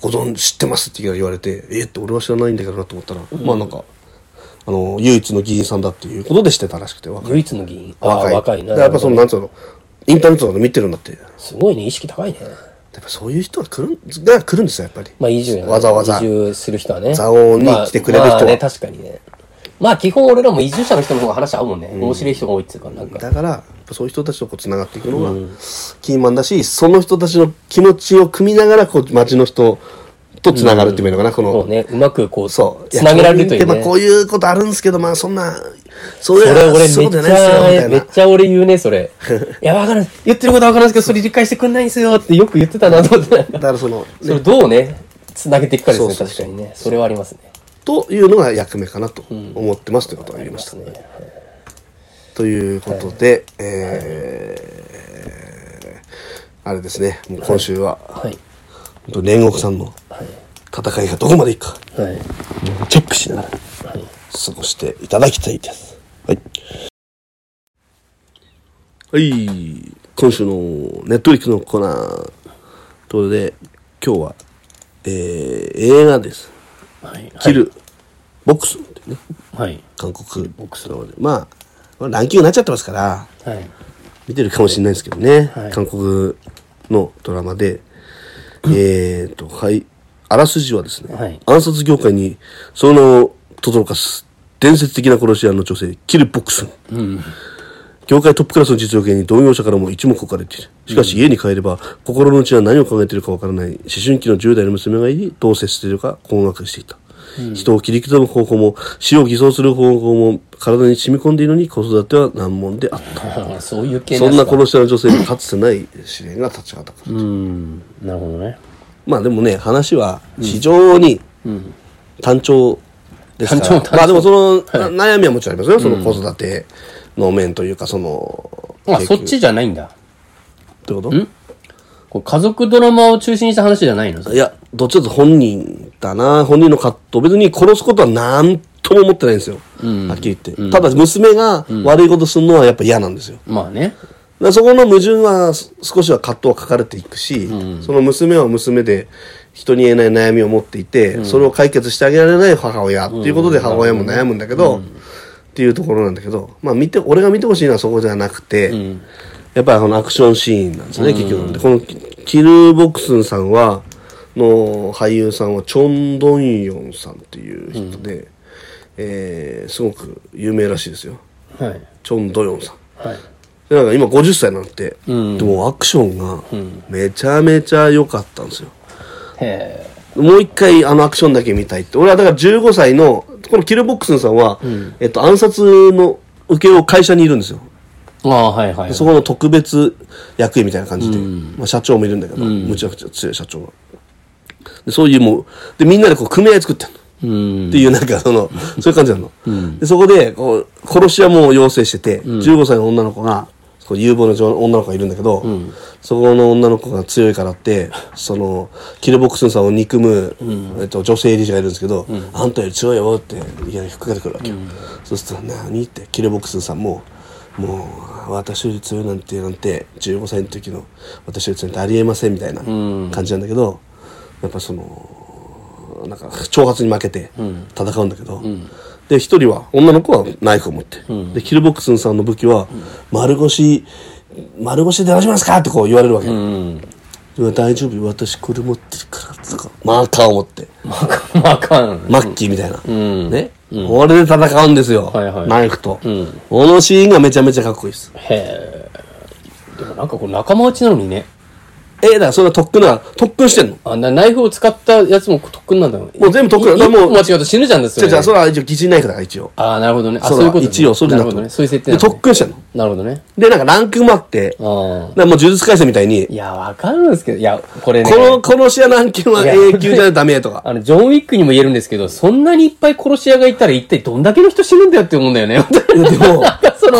Speaker 1: ご存知知ってますって言われて、えーって俺は知らないんだけどなと思ったら、まあなんか、あの、唯一の議員さんだっていうことでしてたらしくて、若い。
Speaker 2: 唯一の議員。あ
Speaker 1: 若
Speaker 2: あ、
Speaker 1: い
Speaker 2: 若いな。
Speaker 1: でやっぱその、なんつうの、インターネットとかで見てるんだって。
Speaker 2: すごいね、意識高いね。
Speaker 1: やっぱそういう人が来るんが来るんですよ、やっぱり。
Speaker 2: まあ移住やね
Speaker 1: わざわざ
Speaker 2: 移住する人はね。
Speaker 1: 蔵王に来てくれる人は
Speaker 2: まあまあね、確かにね。まあ基本俺らも移住者の人の方が話合うもんね。面白い人が多いっていうか、なんか。
Speaker 1: だから、やっぱそういう人たちとこう繋がっていくのが、キーマンだし、その人たちの気持ちを組みながら、こう、街の人と繋がるっていうのかな、こ
Speaker 2: そう
Speaker 1: の、
Speaker 2: ね、うまくこう、
Speaker 1: そう。
Speaker 2: つなげられるとい
Speaker 1: や
Speaker 2: う
Speaker 1: こういうのってまあこういう
Speaker 2: ね。
Speaker 1: ことあるんですけど、まあそんな、そ
Speaker 2: そ
Speaker 1: れ
Speaker 2: れ
Speaker 1: は
Speaker 2: 俺
Speaker 1: そ
Speaker 2: め
Speaker 1: う
Speaker 2: っ
Speaker 1: じ
Speaker 2: ち
Speaker 1: ゃないですよ、みた
Speaker 2: ゃ、
Speaker 1: い
Speaker 2: め
Speaker 1: な
Speaker 2: っ。ちゃ俺言うね、それ。いや、わかる。言ってることはわからんですけど、それ理解してくんないんですよってよく言ってたなと思ってなんか
Speaker 1: だからその、
Speaker 2: それをどうね、つなげていくかですね、
Speaker 1: そうそう
Speaker 2: 確かにね。それはありますね。
Speaker 1: というのが役目かなと思ってますということがありました。
Speaker 2: ね
Speaker 1: ということで、えー、あれですね、もう今週は、
Speaker 2: はい。
Speaker 1: 本当に煉獄さんの戦いがどこまでいくか、
Speaker 2: はい。
Speaker 1: チェックしながら
Speaker 2: はい。
Speaker 1: 過ごしていただきたいです。はい。はい。今週のネットリックのコーナー。ということで、今日は、えー、映画です。
Speaker 2: はい。
Speaker 1: キル、ボックスってね、
Speaker 2: はい。
Speaker 1: 韓国ボックスの方で。まあ、ランキングになっちゃってますから、
Speaker 2: はい。
Speaker 1: 見てるかもしれないですけどね、
Speaker 2: はい
Speaker 1: 韓国のドラマで、えーと、はい、あらすじはですね、
Speaker 2: はい
Speaker 1: 暗殺業界にその名を轟かす伝説的な殺し屋の女性、キル・ボックスン。業界トップクラスの実力に同業者からも一目置かれている。しかし家に帰れば、心の内は何を考えているかわからない思春期の10代の娘がいり、どう接しているか困惑していた。人を切り刻む方法も、死を偽装する方法も、体に染み込んでいるのに子育ては難問であった。
Speaker 2: ああ、そういう系
Speaker 1: そんな
Speaker 2: こ
Speaker 1: 殺し屋の女性にかつてない試練が立ちはだかる。
Speaker 2: うん。なるほどね。
Speaker 1: まあでもね、話は非常に単調ですから。
Speaker 2: 単調単調
Speaker 1: まあでもその、な悩みはもちろんありますよ。その子育ての面というか、その、
Speaker 2: あ、
Speaker 1: 結
Speaker 2: そ
Speaker 1: 局
Speaker 2: っちじゃないんだ。
Speaker 1: ってこと
Speaker 2: こう家族ドラマを中心にした話じゃないのそれ
Speaker 1: いや、どっちかというと本人だな。本人の葛藤。別に殺すことは何とも思ってないんですよ。はっきり言って。ただ娘が悪いことするのはやっぱ嫌なんですよ。
Speaker 2: まあね。
Speaker 1: だからそこの矛盾はす少しは葛藤は書かれていくし、その娘は娘で人に言えない悩みを持っていて、それを解決してあげられない母親っていうことで母親も悩むんだけど、っていうところなんだけど、まあ見て、俺が見てほしいのはそこじゃなくて、やっぱりこのアクションシーンなんですね、結局。でこのキキルボクスンさんは、の俳優さんはチョン・ドンヨンさんっていう人で、えーすごく有名らしいですよ。
Speaker 2: はい。
Speaker 1: チョン・ドヨンさん。
Speaker 2: はい。
Speaker 1: でなんか今50歳になって、
Speaker 2: うん
Speaker 1: でもアクションがめちゃめちゃ良かったんですよ。
Speaker 2: へ
Speaker 1: もう一回あのアクションだけ見たいって。俺はだから15歳の、このキルボックスンさんは、えっと、暗殺の受けを会社にいるんですよ。
Speaker 2: ーああ、はいはい。
Speaker 1: そこの特別役員みたいな感じで、まあ、社長もいるんだけど、むちゃくちゃ強い社長が。でそういうもう、で、みんなでこう組合作ってんの。
Speaker 2: うん。
Speaker 1: っていうなんかその、そういう感じなの。でそこでこう、殺し屋も要請してて、15歳の女の子が、こう有望な女女の子がいるんだけど、そこの女の子が強いからって、その、キルボックスンさんを憎む、えっと、女性理事がいるんですけど、あんたより強いよって、いや、引っ掛けてくるわけよ。そうすると、何って、キルボックスンさんも、もう、私より強いなんて、なんて、15歳の時の、私より強いなんてありえませんみたいな感じなんだけど、やっぱその、なんか挑発に負けて戦うんだけど、で一人は女の子はナイフを持って、でキルボックスンさんの武器は丸腰丸腰で出しますかってこう言われるわけ、
Speaker 2: うん。
Speaker 1: うわ大丈夫私これ持ってるからとかマーカーを持って
Speaker 2: まあかん。まあかん。
Speaker 1: マッキーみたいな、
Speaker 2: ん
Speaker 1: ね、これで戦うんですよ、
Speaker 2: はいはい
Speaker 1: ナイフと、
Speaker 2: ん
Speaker 1: このシーンがめちゃめちゃかっこいいです
Speaker 2: へえ。でもなんかこれ仲間内なのにね。
Speaker 1: えだからそれは特訓な特訓してんの
Speaker 2: あ、なナイフを使ったやつも特訓なんだよ。
Speaker 1: もう全部特訓
Speaker 2: い一
Speaker 1: も
Speaker 2: 歩
Speaker 1: う
Speaker 2: 間違うと死ぬじゃんです
Speaker 1: じゃあ
Speaker 2: よ、ね。
Speaker 1: じゃあそれは一応疑似ナイフだから一応
Speaker 2: ああ、なるほどね。あ、
Speaker 1: そ
Speaker 2: そうう
Speaker 1: だ
Speaker 2: いうことね
Speaker 1: 一応それ
Speaker 2: な
Speaker 1: だ
Speaker 2: る
Speaker 1: と
Speaker 2: ほどね。そういう設定
Speaker 1: で
Speaker 2: なの、
Speaker 1: 特訓してんの
Speaker 2: なるほどね。
Speaker 1: でなんかランクもあって
Speaker 2: ああ。
Speaker 1: だからもう呪術廻戦みたいに
Speaker 2: いや、わかるんですけど、いや、これね。
Speaker 1: この、この試合何級は永久じゃダメと
Speaker 2: [LAUGHS]
Speaker 1: か。
Speaker 2: あの、ジョン・ウィックにも言えるんですけど、そんなにいっぱい殺し屋がいたら一体どんだけの人死ぬんだよって思うんだよね。
Speaker 1: でも、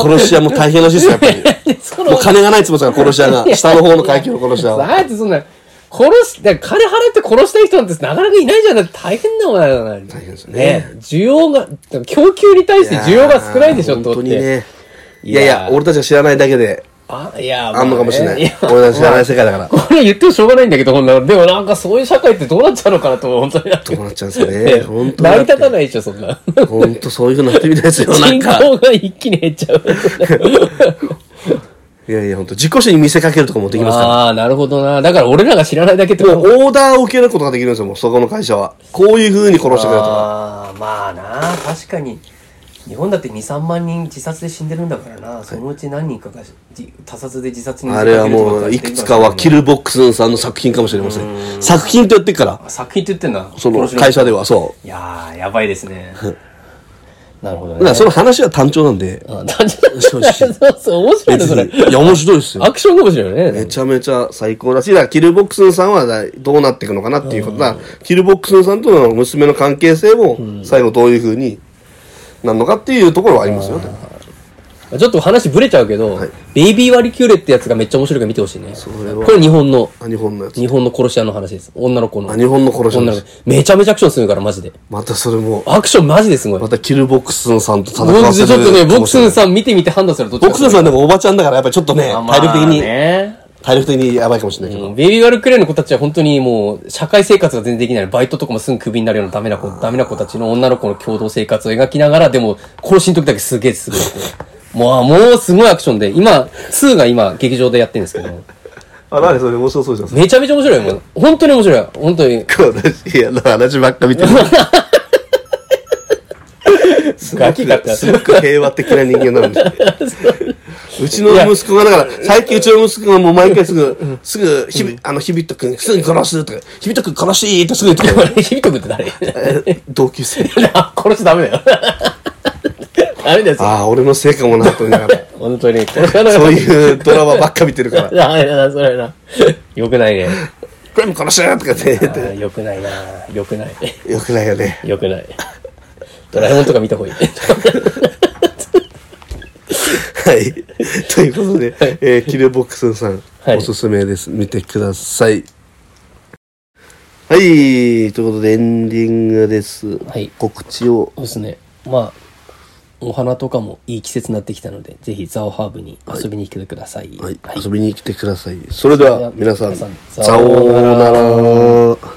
Speaker 1: 殺し屋も大変らしいですよ、やっぱり。
Speaker 2: そ
Speaker 1: もう金がないっつもんですから、殺し屋が。下の方の階級の殺し屋は。
Speaker 2: あえてそんな、殺し、だから金払って殺したい人なんてなかなかいないじゃん。だって大変なもんだよな。大
Speaker 1: 変ですね
Speaker 2: 需要が、供給に対して需要が少ないでしょ、
Speaker 1: 本
Speaker 2: と
Speaker 1: 当
Speaker 2: っ
Speaker 1: に
Speaker 2: て。
Speaker 1: ね。いやいや、俺たちが知らないだけで、
Speaker 2: あ、いや、
Speaker 1: あんのかもしれな
Speaker 2: ま
Speaker 1: い
Speaker 2: や。
Speaker 1: 俺たち知らない世界だから。
Speaker 2: これ言ってもしょうがないんだけど、こんなの。でもなんかそういう社会ってどうなっちゃうのかなと、本当に。
Speaker 1: どうなっちゃうんですかね。本当
Speaker 2: 成り
Speaker 1: に
Speaker 2: 立たないでしょ、そんな。
Speaker 1: 本当そういうふうになってみたいですよ、なん
Speaker 2: 人
Speaker 1: か。
Speaker 2: 口が一気に減っち
Speaker 1: [LAUGHS]
Speaker 2: ゃう。
Speaker 1: いやいや、本当自己死に見せかけるとかもできますから。
Speaker 2: ああ、なるほどな。だから俺らが知らないだけってこ
Speaker 1: も
Speaker 2: と
Speaker 1: うオーダーを受けることができるんですよ、もうそこの会社は。こういうふうに殺してくれとか。
Speaker 2: ああ、まあな、確かに。日本だって2、3万人自殺で死んでるんだからな、そのうち何人かがじ他殺で自殺に
Speaker 1: あれはもう、いくつかはキ
Speaker 2: る。
Speaker 1: ルボックスンさんの作品かもしれません。作品と言ってっから。
Speaker 2: 作品って言ってんな。
Speaker 1: その
Speaker 2: 殺し
Speaker 1: 会社ではそ
Speaker 2: いやー、やばいです
Speaker 1: [LAUGHS]
Speaker 2: ね。なるほど
Speaker 1: う。だか
Speaker 2: ね
Speaker 1: ら。その話は単調なんで、
Speaker 2: あ単純
Speaker 1: 正
Speaker 2: だ
Speaker 1: 直
Speaker 2: [LAUGHS] そうそう、面白いね、それ。
Speaker 1: いや、面白いですよ
Speaker 2: ア。クションかもしれないね
Speaker 1: め。ちゃめちゃ最高だし、だからキルボックスンさんはだどうなっていくのかなっていうことだ。キルボックスンさんとの娘の関係性も最後どういうふうになるのかっていうところはありますよね。
Speaker 2: ちょっと話ぶれちゃうけど、ベイビー・ワリキューレってやつがめっちゃ面白いから見てほしいね。
Speaker 1: れは
Speaker 2: これ日本の、
Speaker 1: あ日本のやつ。
Speaker 2: 日本の殺し屋の話です。女の子の。
Speaker 1: あ日本の殺し屋
Speaker 2: 女
Speaker 1: で
Speaker 2: の
Speaker 1: す
Speaker 2: 子。めちゃめちゃアクションするから、マジで。
Speaker 1: またそれも、
Speaker 2: アクションマジですごい。
Speaker 1: またキルボックスンさんと戦
Speaker 2: 僕
Speaker 1: わ
Speaker 2: ち
Speaker 1: せ
Speaker 2: ょ
Speaker 1: る
Speaker 2: っとね、ボクスン
Speaker 1: ん。
Speaker 2: さん見てみて判断すると
Speaker 1: ボクスンさんでもおばちゃんだからやっぱりちょっとね、体力的に、
Speaker 2: ね。
Speaker 1: 体力的にやばいかもしれないけど。
Speaker 2: うんベイビー・ワルキューレの子たちは本当にもう、社会生活が全然できない。バイトとかもすぐクビになるようなダメな子、ダメな子たちの女の子の共同生活を描きながら、でも、殺しの時だけすげえすごい。もう、もうすごいアクションで、今、2が今、劇場でやってるんですけど、
Speaker 1: あ、なにそれ面白そうじゃん。
Speaker 2: めちゃめちゃ面白いもん。 [LAUGHS] 本当に面白い。本当に。
Speaker 1: いや、話ばっか見てる。
Speaker 2: ガキがって [LAUGHS]
Speaker 1: すごく平和的な人間なんで。うちの息子が、だから、最近うちの息子がもう毎回すぐ、すぐ、ひび、あの、ひびとくん、すぐ殺すとか、ひびとくん殺しいってすぐ言ってくる。
Speaker 2: ヒビト君って [LAUGHS] 誰
Speaker 1: え同級生。
Speaker 2: 殺しちゃダメだよ。 [LAUGHS] ダメだよ、それ
Speaker 1: ああ、俺のせいかもな、と思いながら。
Speaker 2: 本当に [LAUGHS] ね。殺しちゃダメだ
Speaker 1: そういうドラマばっか見てる [LAUGHS] から、
Speaker 2: ダメだな、それな。よく [LAUGHS] ないね。
Speaker 1: これも殺しいとかって言
Speaker 2: あ
Speaker 1: っ
Speaker 2: ーよくないな。よくない。
Speaker 1: て、よくないよね。
Speaker 2: よくない。 [LAUGHS] ドラえもんとか見た方がいい。
Speaker 1: はい。ということで、えーキルボックスさん、
Speaker 2: はい
Speaker 1: おすすめです。見てください。はい。ということで、エンディングです。
Speaker 2: はい
Speaker 1: 告知を。
Speaker 2: そうですね。まあ、お花とかもいい季節になってきたので、ぜひザオハーブに遊びに来てください。
Speaker 1: はい。遊びに来てください。それでは、皆さん、
Speaker 2: 皆さん
Speaker 1: さようなら。